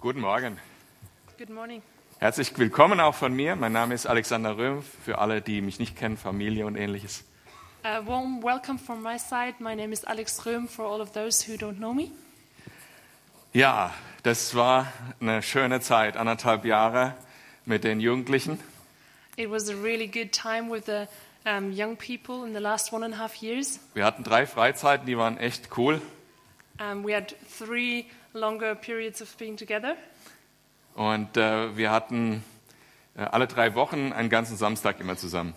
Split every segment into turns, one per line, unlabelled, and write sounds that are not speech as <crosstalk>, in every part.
Guten Morgen.
Good morning.
Herzlich willkommen auch von mir. Mein Name ist Alexander Röhm. Für alle, die mich nicht kennen, Familie und ähnliches.
A warm welcome from my side. My name is Alex Röhm for all of those who don't know me.
Ja, das war eine schöne Zeit, anderthalb Jahre mit den Jugendlichen.
It was a really good time with the um, young people in the last one and a half years.
Wir hatten drei Freizeiten, die waren echt cool.
Um, we had three longer periods of being together.
Und äh, wir hatten äh, alle drei Wochen einen ganzen Samstag immer zusammen.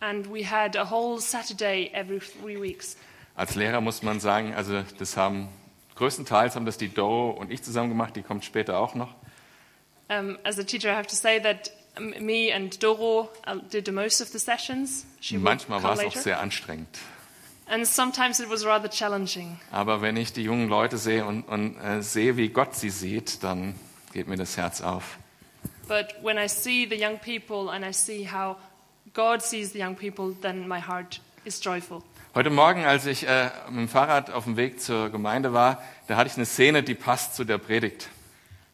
And we had a whole Saturday every three weeks.
Als Lehrer muss man sagen, also das haben größtenteils haben das die Doro und ich zusammen gemacht. Die kommt später auch noch.
Um, as a teacher, I have to say that um, me and Doro uh, did the most of the sessions. She will
Manchmal war
come
es auch
later.
sehr anstrengend.
And sometimes it was rather challenging.
Aber wenn ich die jungen Leute sehe und, und äh, sehe, wie Gott sie sieht, dann geht mir das Herz auf.
But when I see the young people and I see how God sees the young people, then my heart is joyful.
Heute Morgen, als ich äh, mit dem Fahrrad auf dem Weg zur Gemeinde war, da hatte ich eine Szene, die passt zu der Predigt.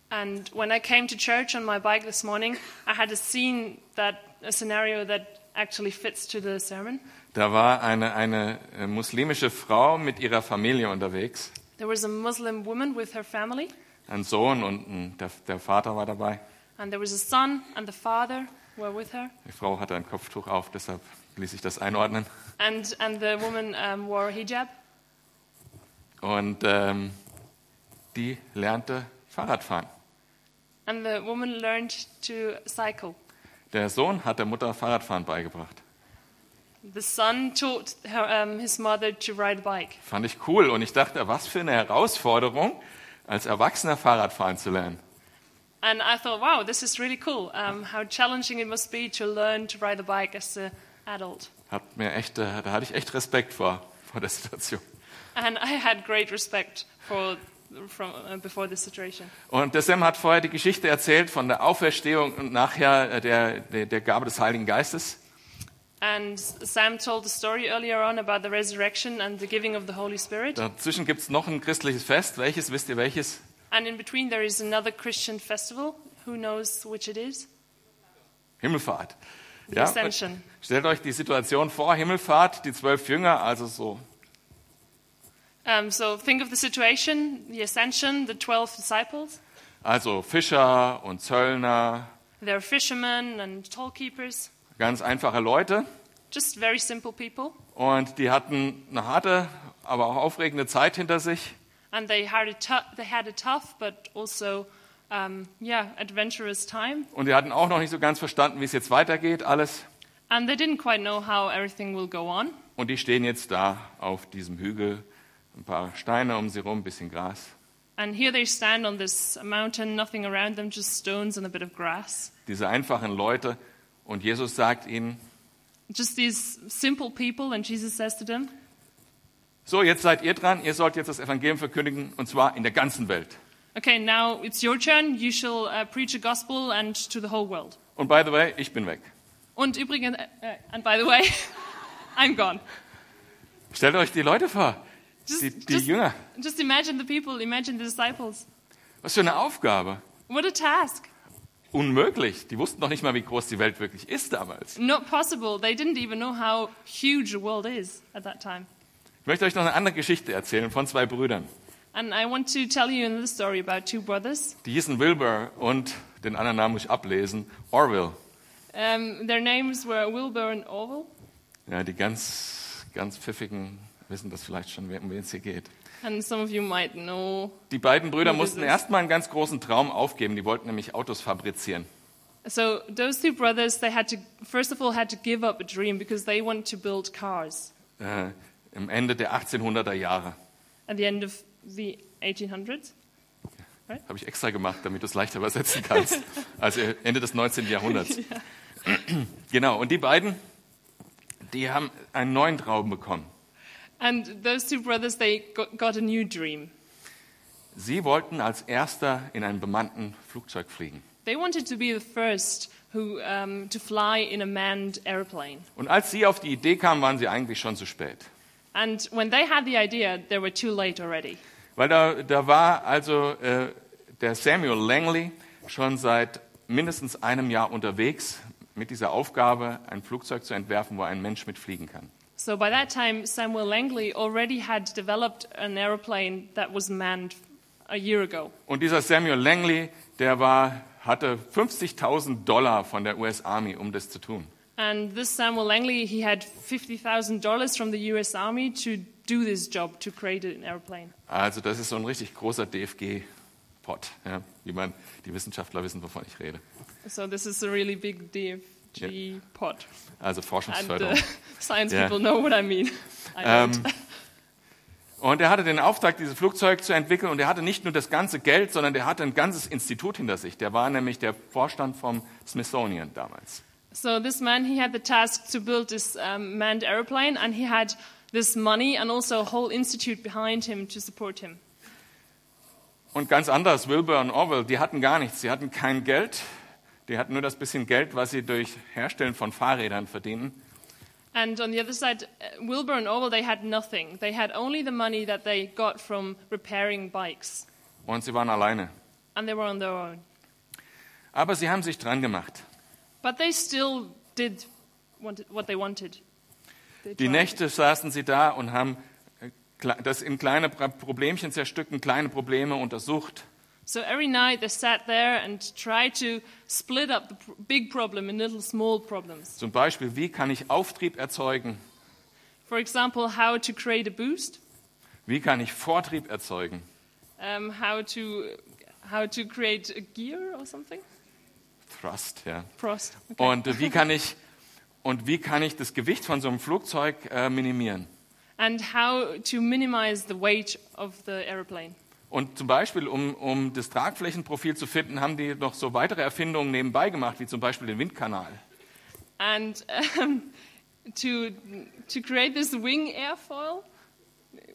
And when I came to church on my bike this morning, I had a scene that a scenario that actually fits to the sermon.
Da war eine, eine äh, muslimische Frau mit ihrer Familie unterwegs,
There was a Muslim woman with her family,
ein Sohn und ein, der, der Vater war dabei.
and there was a son and the father were with her,
Die Frau hatte ein Kopftuch auf, deshalb ließ ich das einordnen.
and and the woman um, wore a hijab,
Und ähm, die lernte Fahrradfahren.
and the woman learned to cycle.
Der Sohn hat der Mutter Fahrradfahren beigebracht.
The son taught her, um, his mother to ride a bike.
Fand ich cool und ich dachte, was für eine Herausforderung, als Erwachsener Fahrradfahren zu lernen.
And I thought, wow, this is really cool. Um, how challenging it must be to learn to ride a bike as an adult.
Hat mir echt, äh, da hatte ich echt Respekt vor, vor der Situation.
And I had great respect for from uh, before this situation.
Und der Sam hat vorher die Geschichte erzählt von der Auferstehung und nachher äh, der, der, der Gabe des Heiligen Geistes.
And Sam told the story earlier on about the resurrection and the giving of the Holy Spirit.
Dazwischen gibt's noch ein christliches Fest. Welches, wisst ihr welches?
And in between, there is another Christian festival. Who knows which it is?
Himmelfahrt. Ja, und
Ascension.
stellt euch die Situation vor, Himmelfahrt, die zwölf Jünger, also so
Um, so think of the situation, the ascension, the 12 disciples.
Also Fischer und Zöllner,
They're fishermen and toll keepers,
ganz einfache Leute.
just very simple people.
Und die hatten eine harte, aber auch aufregende Zeit hinter sich.
and they had a tou- they had a tough but also um, yeah adventurous time
Und die hatten auch noch nicht so ganz verstanden, wie es jetzt weitergeht, alles.
and they didn't quite know how everything will go on
Und die stehen jetzt da auf diesem Hügel, ein paar Steine um sie rum, ein bisschen Gras.
and here they stand on this mountain nothing around them just stones and a bit of grass
Diese einfachen Leute. Und Jesus sagt ihnen,
just these simple people and jesus says to them
so, jetzt seid ihr dran, ihr sollt jetzt das Evangelium verkündigen, und zwar in der ganzen Welt.
okay now it's your turn you shall uh, preach a gospel and to the whole world
Und by the way, ich bin weg.
und übrigens äh, äh, and by the way <laughs> i'm gone
Stellt euch die Leute vor,
Just-
die, die
just-
Jünger.
just imagine the people imagine the disciples
Was für eine Aufgabe.
what a task
Unmöglich. Die wussten noch nicht mal, wie groß die Welt wirklich ist damals.
Not possible. They didn't even know how huge the world is at that time.
Ich möchte euch noch eine andere Geschichte erzählen von zwei Brüdern.
And I want to tell you another story about two brothers.
Die hießen Wilbur und den anderen Namen muss ich ablesen, Orville.
Um, their names were Wilbur and Orville,
Ja, die ganz, ganz pfiffigen wissen das vielleicht schon, wer- um wen es hier geht.
and some of you might know.
Die beiden Brüder
Who is
mussten
this?
erstmal einen ganz großen Traum aufgeben. Die wollten nämlich Autos fabrizieren.
So those two brothers, they had to first of all had to give up a dream because they wanted to build cars
Äh, Im Ende der 1800er Jahre.
at the end of the 1800s.
Habe ich extra gemacht, damit du es leichter übersetzen kannst. Also Ende des 19. Jahrhunderts. Genau, und die beiden, die haben einen neuen Traum bekommen.
And those two brothers, they got, got a new dream.
Sie wollten als Erster in einem bemannten Flugzeug fliegen.
They wanted to be the first who um, to fly in a manned airplane.
Und als sie auf die Idee kamen, waren sie eigentlich schon zu spät.
And when they had the idea, they were too late already.
Weil da, da war also äh, der Samuel Langley schon seit mindestens einem Jahr unterwegs mit dieser Aufgabe, ein Flugzeug zu entwerfen, wo ein Mensch mitfliegen kann.
So by that time, Samuel Langley already had developed an aeroplane that was manned a year ago.
Und dieser Samuel Langley, der war, hatte 50.000 Dollar von der US Army, um das zu tun.
And this Samuel Langley, he had $50,000 from the US Army to do this job, to create an airplane.
Also das ist so ein richtig großer DFG-Pot, ja, wie man, die Wissenschaftler wissen, wovon ich rede.
So this is a really big DFG pot.
Also
And uh,
Forschungsförderung.
<laughs> science
Yeah.
people know what I mean. I
Ähm,
don't. <laughs>
Und er hatte den Auftrag, dieses Flugzeug zu entwickeln. Und er hatte nicht nur das ganze Geld, sondern er hatte ein ganzes Institut hinter sich. Der war nämlich der Vorstand vom Smithsonian damals.
So this man, he had the task to build this um, manned aeroplane, and he had this money and also a whole institute behind him to support him.
Und ganz anders, Wilbur und Orwell, die hatten gar nichts. Die hatten kein Geld. Die hatten nur das bisschen Geld, was sie durch Herstellen von Fahrrädern verdienen.
And on the other side, uh, Wilbur and Orwell, they had nothing. They had only the money that they got from repairing bikes,
Und sie waren alleine.
and they were on their own.
Aber sie haben sich dran gemacht.
But they still did wanted, what they wanted. They
Die
tried.
Nächte saßen sie da und haben äh, kle- das in kleine Pro- Problemchen zerstückt, kleine Probleme untersucht.
So every night they sat there and tried to split up the pr- big problem in little small problems.
Zum Beispiel, wie kann ich Auftrieb erzeugen?
For example, how to create a boost,
Wie kann ich Vortrieb erzeugen?
um, how to how to create a gear or something.
Thrust, ja.
Prost. Okay.
Und äh, wie kann ich und wie kann ich das Gewicht von so einem Flugzeug äh, minimieren?
And how to minimize the weight of the aeroplane.
Und zum Beispiel, um, um das Tragflächenprofil zu finden, haben die noch so weitere Erfindungen nebenbei gemacht, wie zum Beispiel den Windkanal.
And um, <laughs> to to create this wing airfoil,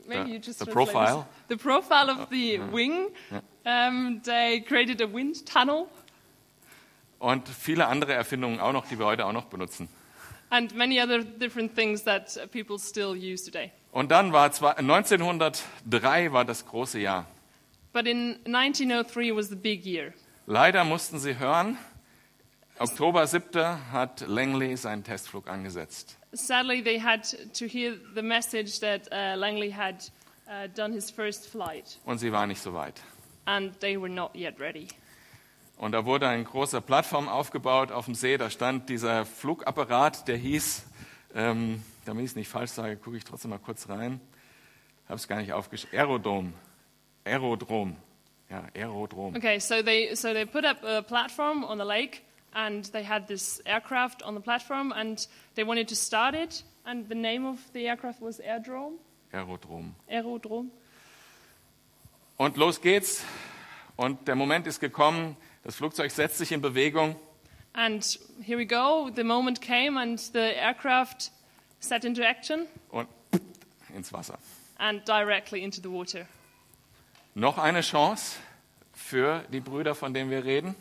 maybe
The-
you just
Uh, the
translate this.
profile. Oh,
The profile of the wing. Um, they created a wind tunnel.
Und viele andere Erfindungen auch noch, die wir heute auch noch benutzen.
and many other different things that uh, people still use today.
Und dann war zwei- 1903 war das große Jahr.
But in 1903 was the big year.
Leider mussten sie hören, Oktober 7. hat Langley seinen Testflug angesetzt.
Sadly, they had to hear the message that uh, Langley had uh, done his first flight,
Und sie war nicht so weit.
and they were not yet ready.
Und da wurde eine große Plattform aufgebaut auf dem See. Da stand dieser Flugapparat, der hieß, ähm, damit ich es nicht falsch sage, gucke ich trotzdem mal kurz rein. Habe es gar nicht aufgeschrieben. Aerodrom. Aerodrom. Ja, Aerodrom.
Okay, so they so they put up a platform on the lake, and they had this aircraft on the platform, and they wanted to start it. And the name of the aircraft was Aerodrome.
Aerodrom.
Aerodrome.
Und los geht's. Und der Moment ist gekommen. Das Flugzeug setzt sich in Bewegung.
And here we go. The moment came, and the aircraft set into action.
und ins Wasser.
and directly into the water.
Noch eine Chance für die Brüder, von denen wir reden.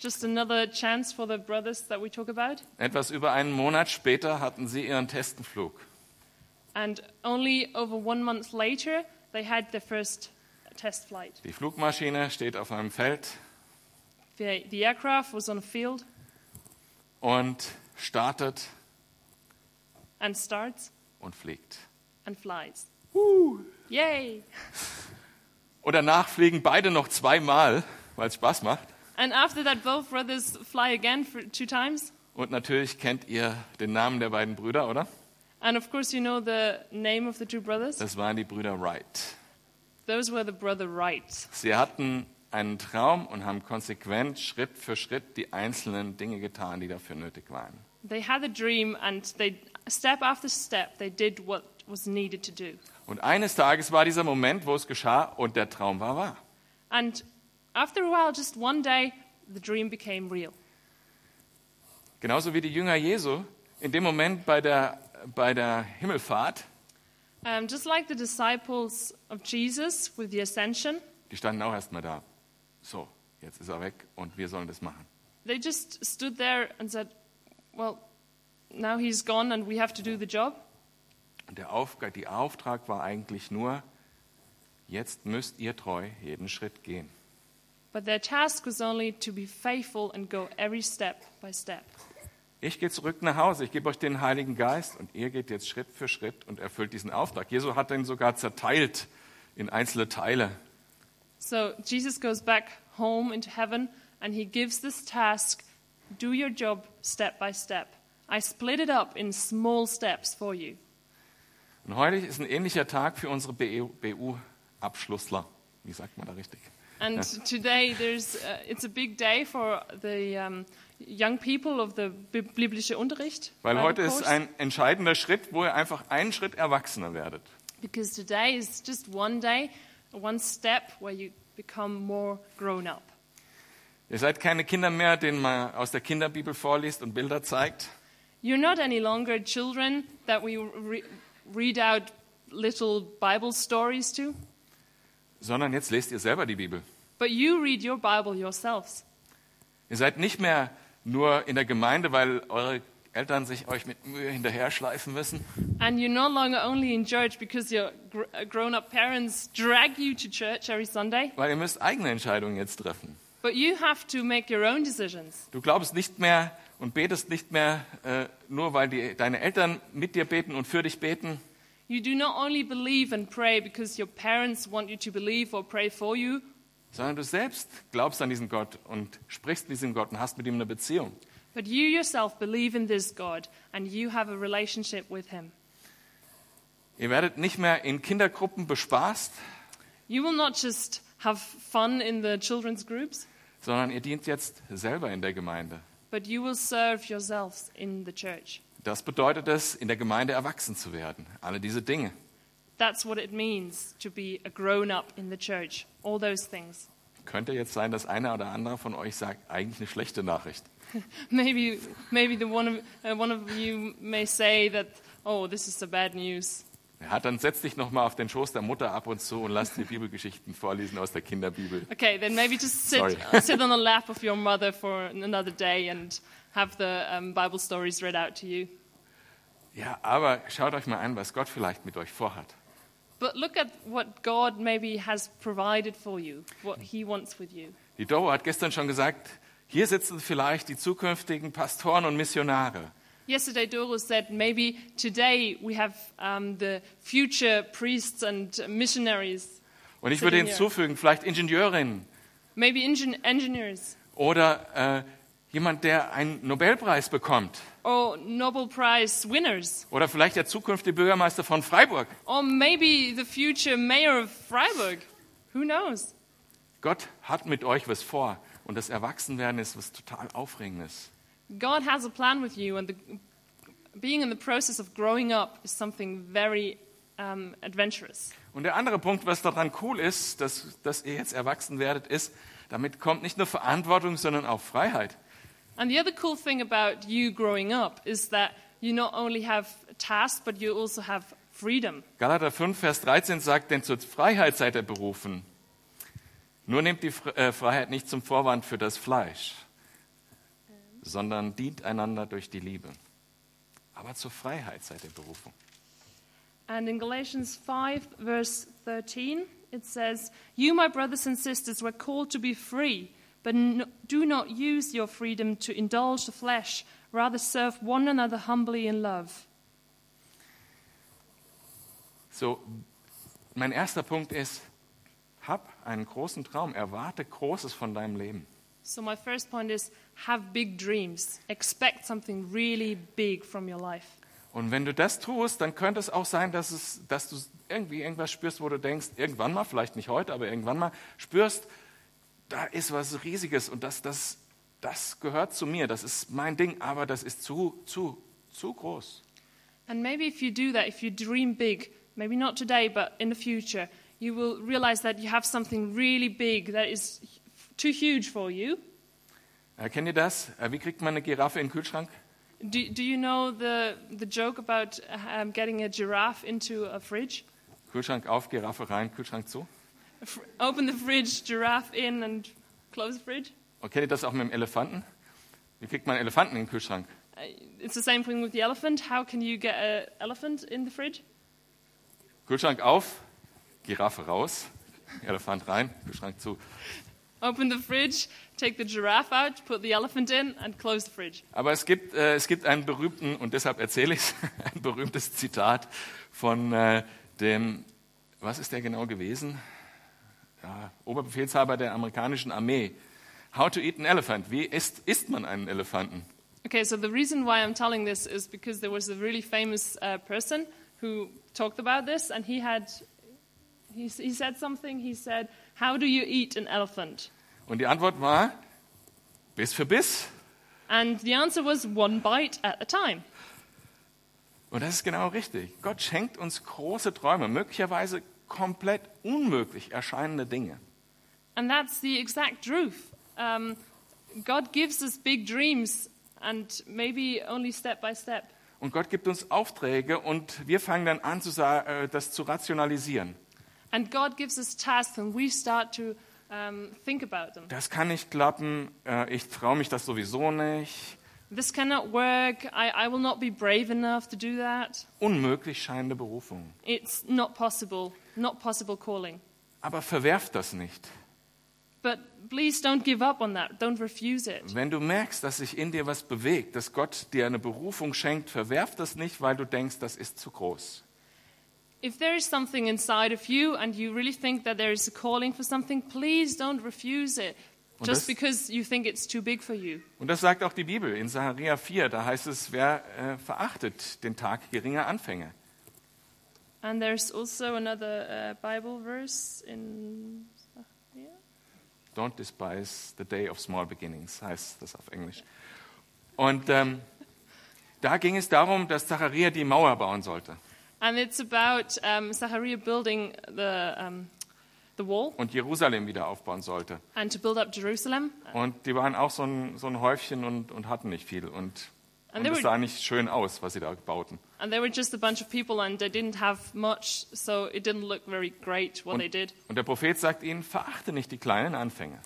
Just another chance for the brothers that we talk about.
Etwas über einen Monat später hatten sie ihren Testenflug.
And only over one month later, they had their first test flight.
Die Flugmaschine steht auf einem Feld
The, the aircraft was on a field
und startet
and starts
und fliegt.
and flies. Woo! Yay!
Und danach fliegen beide noch zweimal, weil es Spaß macht.
And after that, both brothers fly again for two times.
Und natürlich kennt ihr den Namen der beiden Brüder, oder?
And of course, you know the name of the two brothers.
Das waren die Brüder Wright.
Those were the brother Wright.
Sie hatten einen Traum und haben konsequent Schritt für Schritt die einzelnen Dinge getan, die dafür nötig waren.
They had a dream, and they, step after step, they did what was needed to do.
Und eines Tages war dieser Moment, wo es geschah und der Traum war wahr.
And after a while, just one day, the dream became real.
Genauso wie die Jünger Jesu in dem Moment bei der, bei der Himmelfahrt,
Um, just like the disciples of Jesus with the ascension,
die standen auch erstmal da. So, jetzt ist er weg und wir sollen das machen.
they just stood there and said, Well, now he's gone and we have to do the job.
Und der Auftrag, die Auftrag war eigentlich nur, jetzt müsst ihr treu jeden Schritt gehen.
But their task was only to be faithful and go every step by step.
Ich gehe zurück nach Hause, ich gebe euch den Heiligen Geist und ihr geht jetzt Schritt für Schritt und erfüllt diesen Auftrag. Jesus hat ihn sogar zerteilt in einzelne Teile.
So Jesus goes back home into heaven and he gives this task do your job step by step. I split it up in small steps for you.
Und heute ist ein ähnlicher Tag für unsere BU-Abschlussler. Wie sagt man da richtig?
And
<laughs>
today there's, uh, it's a big day for the um, young people of the bi- biblische Unterricht.
Weil
Bible
heute ist
course,
ein entscheidender Schritt, wo ihr einfach einen Schritt erwachsener werdet.
because today is just one day, one step where you become more grown up.
Ihr seid keine Kinder mehr, denen man aus der Kinderbibel vorliest und Bilder zeigt.
You're not any longer children that we re- read out little Bible stories to,
sondern jetzt lest ihr selber die Bibel.
but you read your Bible yourselves.
Ihr seid nicht mehr nur in der Gemeinde, weil eure Eltern sich euch mit Mühe hinterher schleifen müssen,
And you're no longer only in church because your gr- grown up parents drag you to church every Sunday,
weil ihr müsst eigene Entscheidungen jetzt treffen.
but you have to make your own decisions.
Du glaubst nicht mehr und betest nicht mehr, äh, nur weil die, deine Eltern mit dir beten und für dich beten,
You do not only believe and pray because your parents want you to believe or pray for you,
sondern du selbst glaubst an diesen Gott und sprichst mit diesem Gott und hast mit ihm eine Beziehung.
but you yourself believe in this God and you have a relationship with Him.
Ihr werdet nicht mehr in Kindergruppen bespaßt,
You will not just have fun in the children's groups,
sondern ihr dient jetzt selber in der Gemeinde.
but you will serve yourselves in the church.
Das bedeutet es, in der Gemeinde erwachsen zu werden. Alle diese Dinge.
That's what it means to be a grown up in the church, all those things. <laughs>
Könnte jetzt sein, dass einer oder andere von euch sagt, eigentlich eine schlechte Nachricht.
Maybe, maybe the one of, uh, one of you may say that, oh, this is the bad news.
Ja, dann setz dich nochmal auf den Schoß der Mutter ab und zu und lass dir Bibelgeschichten vorlesen aus der Kinderbibel.
Okay, then maybe just
Sorry.
sit, <laughs> sit on the lap of your mother for another day and have the um, Bible stories read out to you.
Ja, aber schaut euch mal an, was Gott vielleicht mit euch vorhat.
But look at what God maybe has provided for you, what He wants with you.
Die Doro hat gestern schon gesagt, hier sitzen vielleicht die zukünftigen Pastoren und Missionare.
Yesterday, Doris said maybe today we have um, the future priests and missionaries,
Und ich würde
Ingenieur.
hinzufügen, vielleicht Ingenieurinnen
maybe engin- engineers
oder äh, jemand, der einen Nobelpreis bekommt.
or Nobel Prize winners,
Oder vielleicht der zukünftige Bürgermeister von Freiburg.
or maybe the future mayor of Freiburg. Who knows?
Gott hat mit euch was vor. Und das Erwachsenwerden ist was total Aufregendes.
God has a plan with you, and the, being in the process of growing up is something very um, adventurous.
Und der andere Punkt, was daran cool ist, dass, dass ihr jetzt erwachsen werdet, ist, damit kommt nicht nur Verantwortung, sondern auch Freiheit.
And the other cool thing about you growing up is that you not only have tasks, but you also have freedom.
Galater 5, Vers 13 sagt, denn zur Freiheit seid ihr berufen. Nur nehmt die Fre- äh, Freiheit nicht zum Vorwand für das Fleisch, sondern dient einander durch die Liebe. Aber zur Freiheit seid ihr berufen.
And in Galatians 5, verse 13, it says, You, my brothers and sisters, were called to be free, but n- do not use your freedom to indulge the flesh. Rather, serve one another humbly in love.
So, mein erster Punkt ist, hab einen großen Traum, erwarte Großes von deinem Leben.
So, my first point is have big dreams. Expect something really big from your life.
Und wenn du das tust, dann könnte es auch sein, dass, es, dass du irgendwie irgendwas spürst, wo du denkst, irgendwann mal, vielleicht nicht heute, aber irgendwann mal, spürst, da ist was Riesiges und das, das, das gehört zu mir, das ist mein Ding, aber das ist zu, zu, zu groß.
And maybe if you do that, if you dream big, maybe not today, but in the future, you will realize that you have something really big that is h- too huge for you.
Äh, kennt ihr das? Äh, wie kriegt man eine Giraffe in den Kühlschrank?
Do, do you know the, the joke about um, getting a giraffe into a fridge?
Kühlschrank auf, Giraffe rein, Kühlschrank zu.
Fr- open the fridge, giraffe in, and close the fridge?
Und kennt ihr das auch mit dem Elefanten? Wie kriegt man einen Elefanten in den Kühlschrank?
Uh, it's the same thing with the elephant. How can you get an elephant in the fridge?
Kühlschrank auf, Giraffe raus, Elefant rein, Kühlschrank zu.
Open the fridge, take the giraffe out, put the elephant in, and close the fridge.
Aber es gibt, äh, es gibt einen berühmten, und deshalb erzähle ich es, <laughs> ein berühmtes Zitat von äh, dem, was ist der genau gewesen? Ja, Oberbefehlshaber der amerikanischen Armee. How to eat an elephant. Wie isst, isst man einen Elefanten?
Okay, so the reason why I'm telling this is because there was a really famous uh, person who talked about this, and he had, he, s- he said something. He said, "How do you eat an elephant?"
Und die Antwort war, Biss für Biss.
And the answer was one bite at a time.
Und das ist genau richtig. Gott schenkt uns große Träume, möglicherweise komplett unmöglich erscheinende Dinge.
And that's the exact truth. Um, God gives us big dreams, and maybe only step by step.
Und Gott gibt uns Aufträge und wir fangen dann an, zu, sa- äh, das zu rationalisieren.
And God gives us tasks, and we start to um, think about them.
Das kann nicht klappen, äh, ich traue mich das sowieso nicht.
This cannot work. I, I will not be brave enough to do that.
Unmöglich scheinende Berufung.
It's not possible, not possible calling.
Aber verwerf das nicht.
But please don't give up on that. Don't refuse it.
Wenn du merkst, dass sich in dir was bewegt, dass Gott dir eine Berufung schenkt, verwerf das nicht, weil du denkst, das ist zu groß.
If there is something inside of you and you really think that there is a calling for something, please don't refuse it
Und das-
just because you think it's too big for you.
Und das sagt auch die Bibel in Saharia 4, da heißt es, wer äh, verachtet den Tag geringer Anfänge.
And there's also another uh, Bible verse in. Yeah.
Don't despise the day of small beginnings, heißt das auf Englisch. Und ähm, da ging es darum, dass Zacharia die Mauer bauen sollte.
And it's about um, Zachariah building the, um, the wall
und Jerusalem wieder aufbauen sollte.
and to build up Jerusalem.
Und die waren auch so ein, so ein Häufchen und, und hatten nicht viel. Und,
And
und
they
es
were-
sah nicht schön aus, was sie da bauten.
And they were just a bunch of people and they didn't have much, so it didn't look very great what
Und,
they did.
und der Prophet sagt ihnen, verachte nicht die kleinen Anfänge.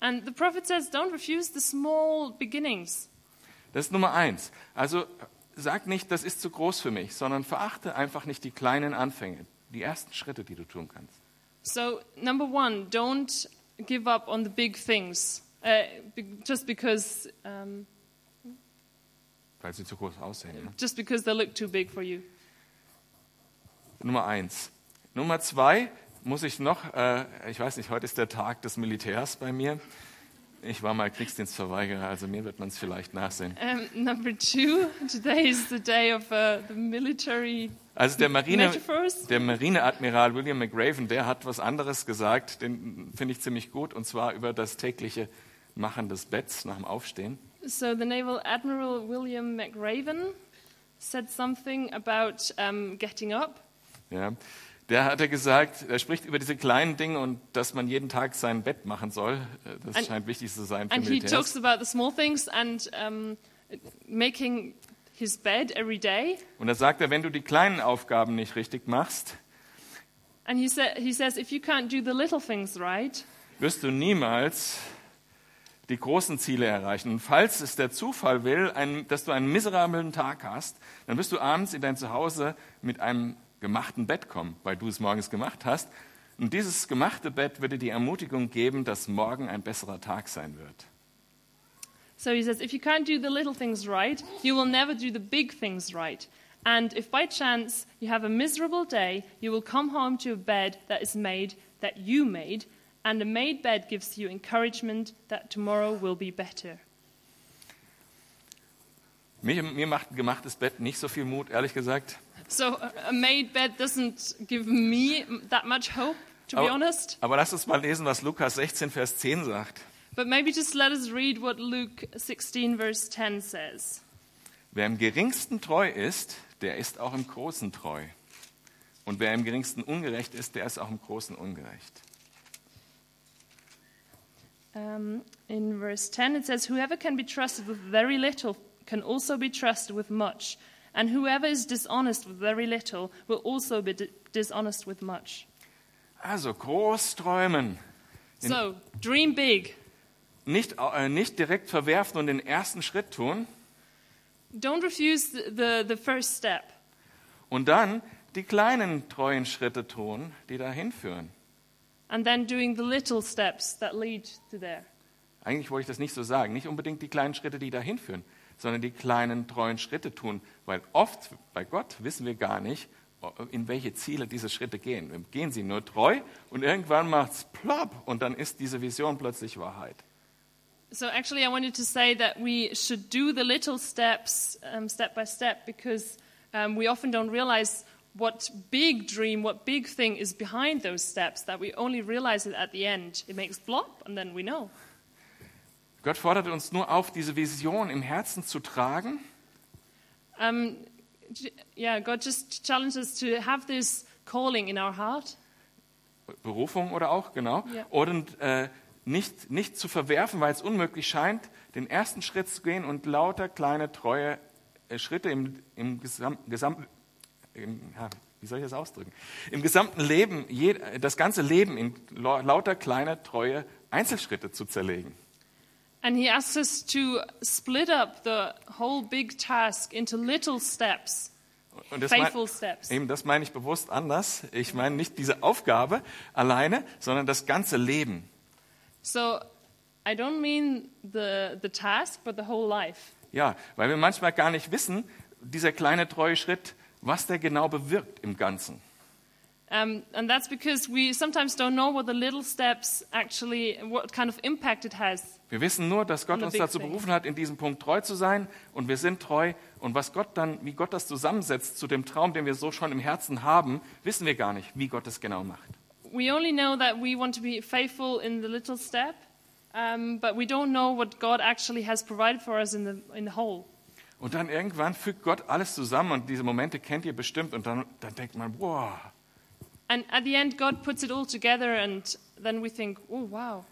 And the prophet says, don't refuse the small beginnings.
Das ist Nummer eins. Also sag nicht, das ist zu groß für mich, sondern verachte einfach nicht die kleinen Anfänge, die ersten Schritte, die du tun kannst.
So, number one, don't give up on the big things uh, be- just, because, um,
Weil sie zu groß aussehen. Ne?
just because they look too big for you.
Nummer eins. Nummer zwei muss ich noch, äh, ich weiß nicht, heute ist der Tag des Militärs bei mir. Ich war mal Kriegsdienstverweigerer, also mir wird man es vielleicht nachsehen.
Um, <laughs> number two, <laughs> today is the day of uh, the military
Also der Marine,
metaphors.
der Marineadmiral William McRaven, der hat was anderes gesagt, den finde ich ziemlich gut, und zwar über das tägliche Machen des Betts nach dem Aufstehen.
So, the Naval Admiral William McRaven said something about um, getting up.
Ja. Der hat er gesagt, er spricht über diese kleinen Dinge und dass man jeden Tag sein Bett machen soll. Äh, Das
And-
scheint wichtig zu sein für
And he
Militärs.
talks about the small things and um, making his bed every day.
Und da sagt er, wenn du die kleinen Aufgaben nicht richtig machst,
And he, sa- he says, if you can't do the little things right,
wirst du niemals die großen Ziele erreichen. Und falls es der Zufall will, ein, dass du einen miserablen Tag hast, dann wirst du abends in dein Zuhause mit einem gemachten Bett kommen, weil du es morgens gemacht hast. Und dieses gemachte Bett würde die Ermutigung geben, dass morgen ein besserer Tag sein wird.
so he says, if you can't do the little things right, you will never do the big things right. And if by chance you have a miserable day, you will come home to a bed that is made, that you made, and a made bed gives you encouragement that tomorrow will be better.
Mir, mir macht ein gemachtes Bett nicht so viel Mut, ehrlich gesagt.
So a- a made bed doesn't give me that much hope, to be
Aber-
honest.
Aber lass uns mal lesen, was Lukas 16, Vers 10 sagt.
But maybe just let us read what Luke 16, verse 10 says.
Wer im geringsten treu ist, der ist auch im Großen treu. Und wer im geringsten ungerecht ist, der ist auch im Großen ungerecht.
Um, in verse 10, it says, Whoever can be trusted with very little can also be trusted with much, and whoever is dishonest with very little will also be di- dishonest with much.
Also groß träumen,
So, dream big.
nicht, äh, nicht direkt verwerfen und den ersten Schritt tun
Don't refuse the, the, the first step.
und dann die kleinen treuen Schritte tun, die dahin führen.
and then doing the little steps that lead to there.
Eigentlich wollte ich das nicht so sagen. Nicht unbedingt die kleinen Schritte, die dahin führen, sondern die kleinen, treuen Schritte tun. Weil oft bei Gott wissen wir gar nicht, in welche Ziele diese Schritte gehen. Wir gehen sie nur treu und irgendwann macht es plopp und dann ist diese Vision plötzlich Wahrheit.
So actually, I wanted to say that we should do the little steps, um, step by step, because um, we often don't realize what big dream, what big thing is behind those steps, that we only realize it at the end. It makes blop, and then we know.
Gott fordert uns nur auf, diese Vision im Herzen zu tragen
Um, j- yeah, God just challenged us to have this calling in our heart
Berufung oder auch, genau.
Ja.
Und äh, nicht, nicht zu verwerfen, weil es unmöglich scheint, den ersten Schritt zu gehen und lauter kleine, treue äh, Schritte im, im gesamten, gesam, im, ja, wie soll ich das ausdrücken? Im gesamten Leben, je, äh, das ganze Leben in lau- lauter kleine, treue Einzelschritte zu zerlegen.
And he asks us to split up the whole big task into little steps,
Und das
faithful
mein,
steps.
eben, das meine ich bewusst anders. Ich meine nicht diese Aufgabe alleine, sondern das ganze Leben.
So I don't mean the, the task, but the whole life.
Ja, weil wir manchmal gar nicht wissen, dieser kleine treue Schritt, was der genau bewirkt im Ganzen.
Um, and that's because we sometimes don't know what the little steps actually, what kind of impact it has.
Wir wissen nur, dass Gott
On a
uns
big
dazu
thing.
berufen hat, in diesem Punkt treu zu sein und wir sind treu. Und was Gott dann, wie Gott das zusammensetzt zu dem Traum, den wir so schon im Herzen haben, wissen wir gar nicht, wie Gott das genau macht.
We only know that we want to be faithful in the little step, um, but we don't know what God actually has provided for us in the, in the whole.
Und dann irgendwann fügt Gott alles zusammen und diese Momente kennt ihr bestimmt und dann, dann denkt man, wow,
And at the end, God puts it all together, and then we think, oh, wow.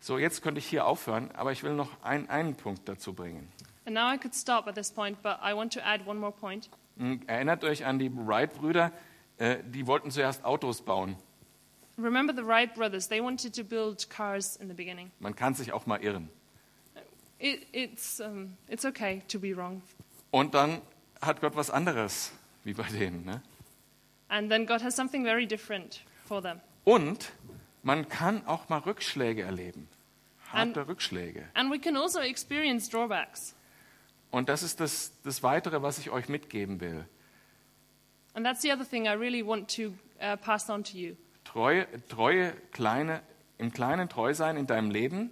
so jetzt könnte ich hier aufhören, aber ich will noch einen, einen Punkt dazu bringen.
And now I could stop at this point, but I want to add one more point.
Hm, Erinnert euch an die Wright-Brüder, äh, die wollten zuerst Autos bauen.
Remember the Wright brothers, they wanted to build cars in the beginning.
Man kann sich auch mal irren.
It, it's, um, it's okay to be wrong.
Und dann hat Gott was anderes, wie bei denen. Ne?
And then God has something very different for them.
Und man kann auch mal Rückschläge erleben. Harte Rückschläge.
And we can also experience drawbacks.
Und das ist das, das Weitere, was ich euch mitgeben will.
And that's the other thing I really want to uh, pass on to you
Treue, treue kleine, im Kleinen treu sein in deinem Leben.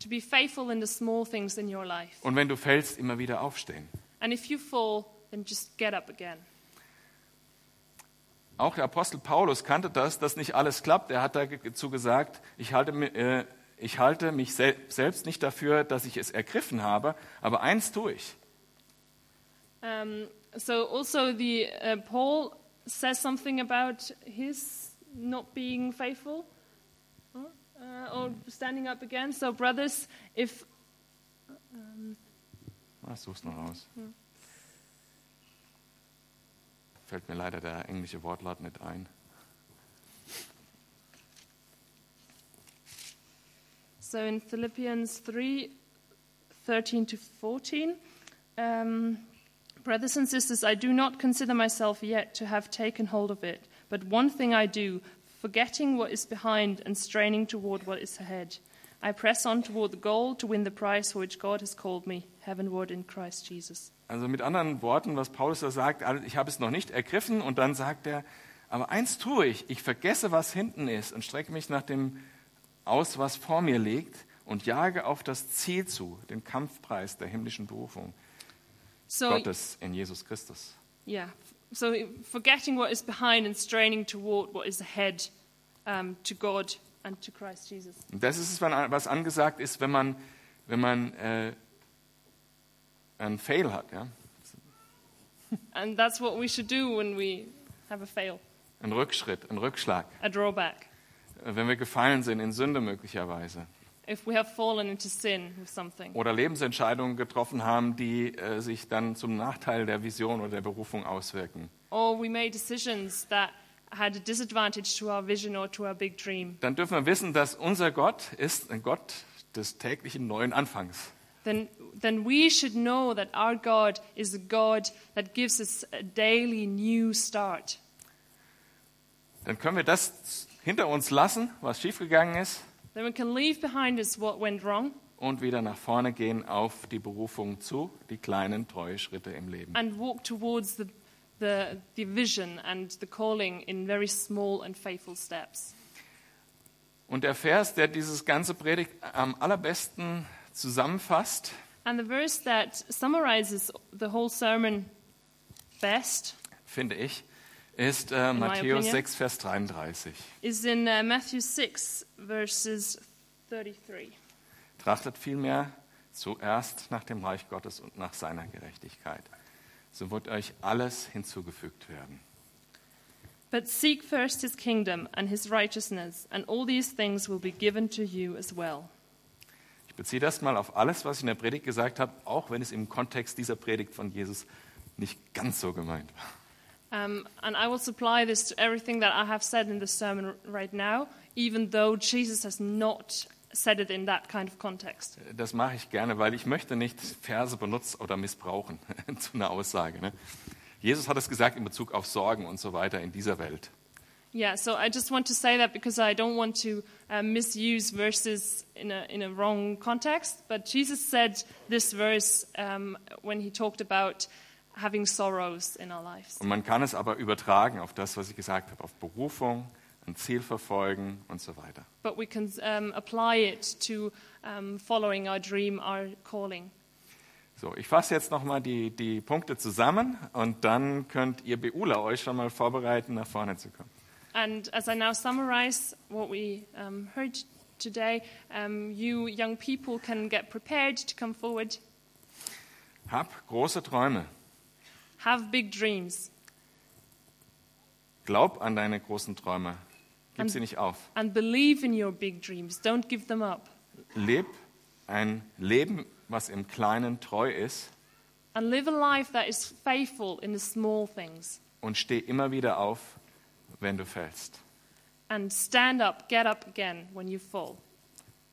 to be faithful in the small things in your life.
Und wenn du fällst, immer wieder aufstehen.
And if you fall, then just get up again.
Auch der Apostel Paulus kannte das, dass nicht alles klappt. Er hat dazu gesagt, ich halte, mi- äh, ich halte mich sel selbst nicht dafür, dass ich es ergriffen habe, aber eins tue ich.
Um, so also the uh, Paul says something about his not being faithful Huh? uh, or standing up again. So brothers, if
Ah, such's noch raus. Fällt mir leider der englische Wortlaut nicht ein.
so in Philippians three thirteen to 14, um, brothers and sisters, I do not consider myself yet to have taken hold of it, but one thing I do, forgetting what is behind and straining toward what is ahead. I press on toward the goal to win the prize for which God has called me, heavenward in Christ Jesus.
Also mit anderen Worten, was Paulus da sagt, also ich habe es noch nicht ergriffen und dann sagt er, aber eins tue ich, ich vergesse, was hinten ist und strecke mich nach dem aus, was vor mir liegt und jage auf das Ziel zu, den Kampfpreis der himmlischen Berufung
So
Gottes in Jesus Christus.
Yeah. So forgetting what is behind and straining toward what is ahead um, to God and to Christ Jesus.
Und das ist es, wenn- was angesagt ist, wenn man, wenn man äh, einen Fail hat, ja?
And that's what we should do when we have a fail,
einen Rückschritt, einen Rückschlag.
a drawback,
wenn wir gefallen sind in Sünde möglicherweise
if we have fallen into sin with something,
oder Lebensentscheidungen getroffen haben, die äh, sich dann zum Nachteil der Vision oder der Berufung auswirken,
or we made decisions that had a disadvantage to our vision or to our big dream,
dann dürfen wir wissen, dass unser Gott ist ein Gott des täglichen neuen Anfangs.
then, then we should know that our God is a God that gives us a daily new start.
Dann können wir das hinter uns lassen, was schiefgegangen ist,
Then we can leave behind us what went wrong
und wieder nach vorne gehen auf die Berufung zu, die kleinen treue Schritte im Leben.
and walk towards the, the, the vision and the calling in very small and faithful steps.
Und der Vers, der dieses ganze Predigt am allerbesten zusammenfasst,
And the verse that summarizes the whole sermon best
finde ich, ist äh,
my
Matthäus
opinion.
6, Vers 33.
is in uh, Matthew 6, verses 33.
Trachtet vielmehr zuerst nach dem Reich Gottes und nach seiner Gerechtigkeit. So wird euch alles hinzugefügt werden.
But seek first his kingdom and his righteousness, and all these things will be given to you as well.
Ich beziehe das mal auf alles, was ich in der Predigt gesagt habe, auch wenn es im Kontext dieser Predigt von Jesus nicht ganz so gemeint war.
Um, and I will supply this to everything that I have said in the sermon r- right now, even though Jesus has not said it in that kind of context.
Das mache ich gerne, weil ich möchte nicht Verse benutzen oder missbrauchen <laughs> zu einer Aussage. Ne? Jesus hat es gesagt in Bezug auf Sorgen und so weiter in dieser Welt.
Yeah, so I just want to say that because I don't want to uh, misuse verses in a, in a wrong context. But Jesus said this verse um, when he talked about having sorrows in our lives.
Und man kann es aber übertragen auf das, was ich gesagt habe, auf Berufung, ein Ziel verfolgen und so weiter.
But we can um, apply it to um, following our dream, our calling.
So, ich fasse jetzt nochmal die, die Punkte zusammen und dann könnt ihr Beula euch schon mal vorbereiten, nach vorne zu kommen.
And as I now summarize what we um, heard today, um, you young people can get prepared to come forward,
Hab große Träume.
have big dreams,
Glaub an deine großen Träume. Gib sie nicht auf.
and believe in your big dreams. Don't give them up.
Leb ein Leben, was im Kleinen treu ist
And live a life that is faithful in the small things.
und steh immer wieder auf, wenn du fällst.
And stand up, get up again when you fall.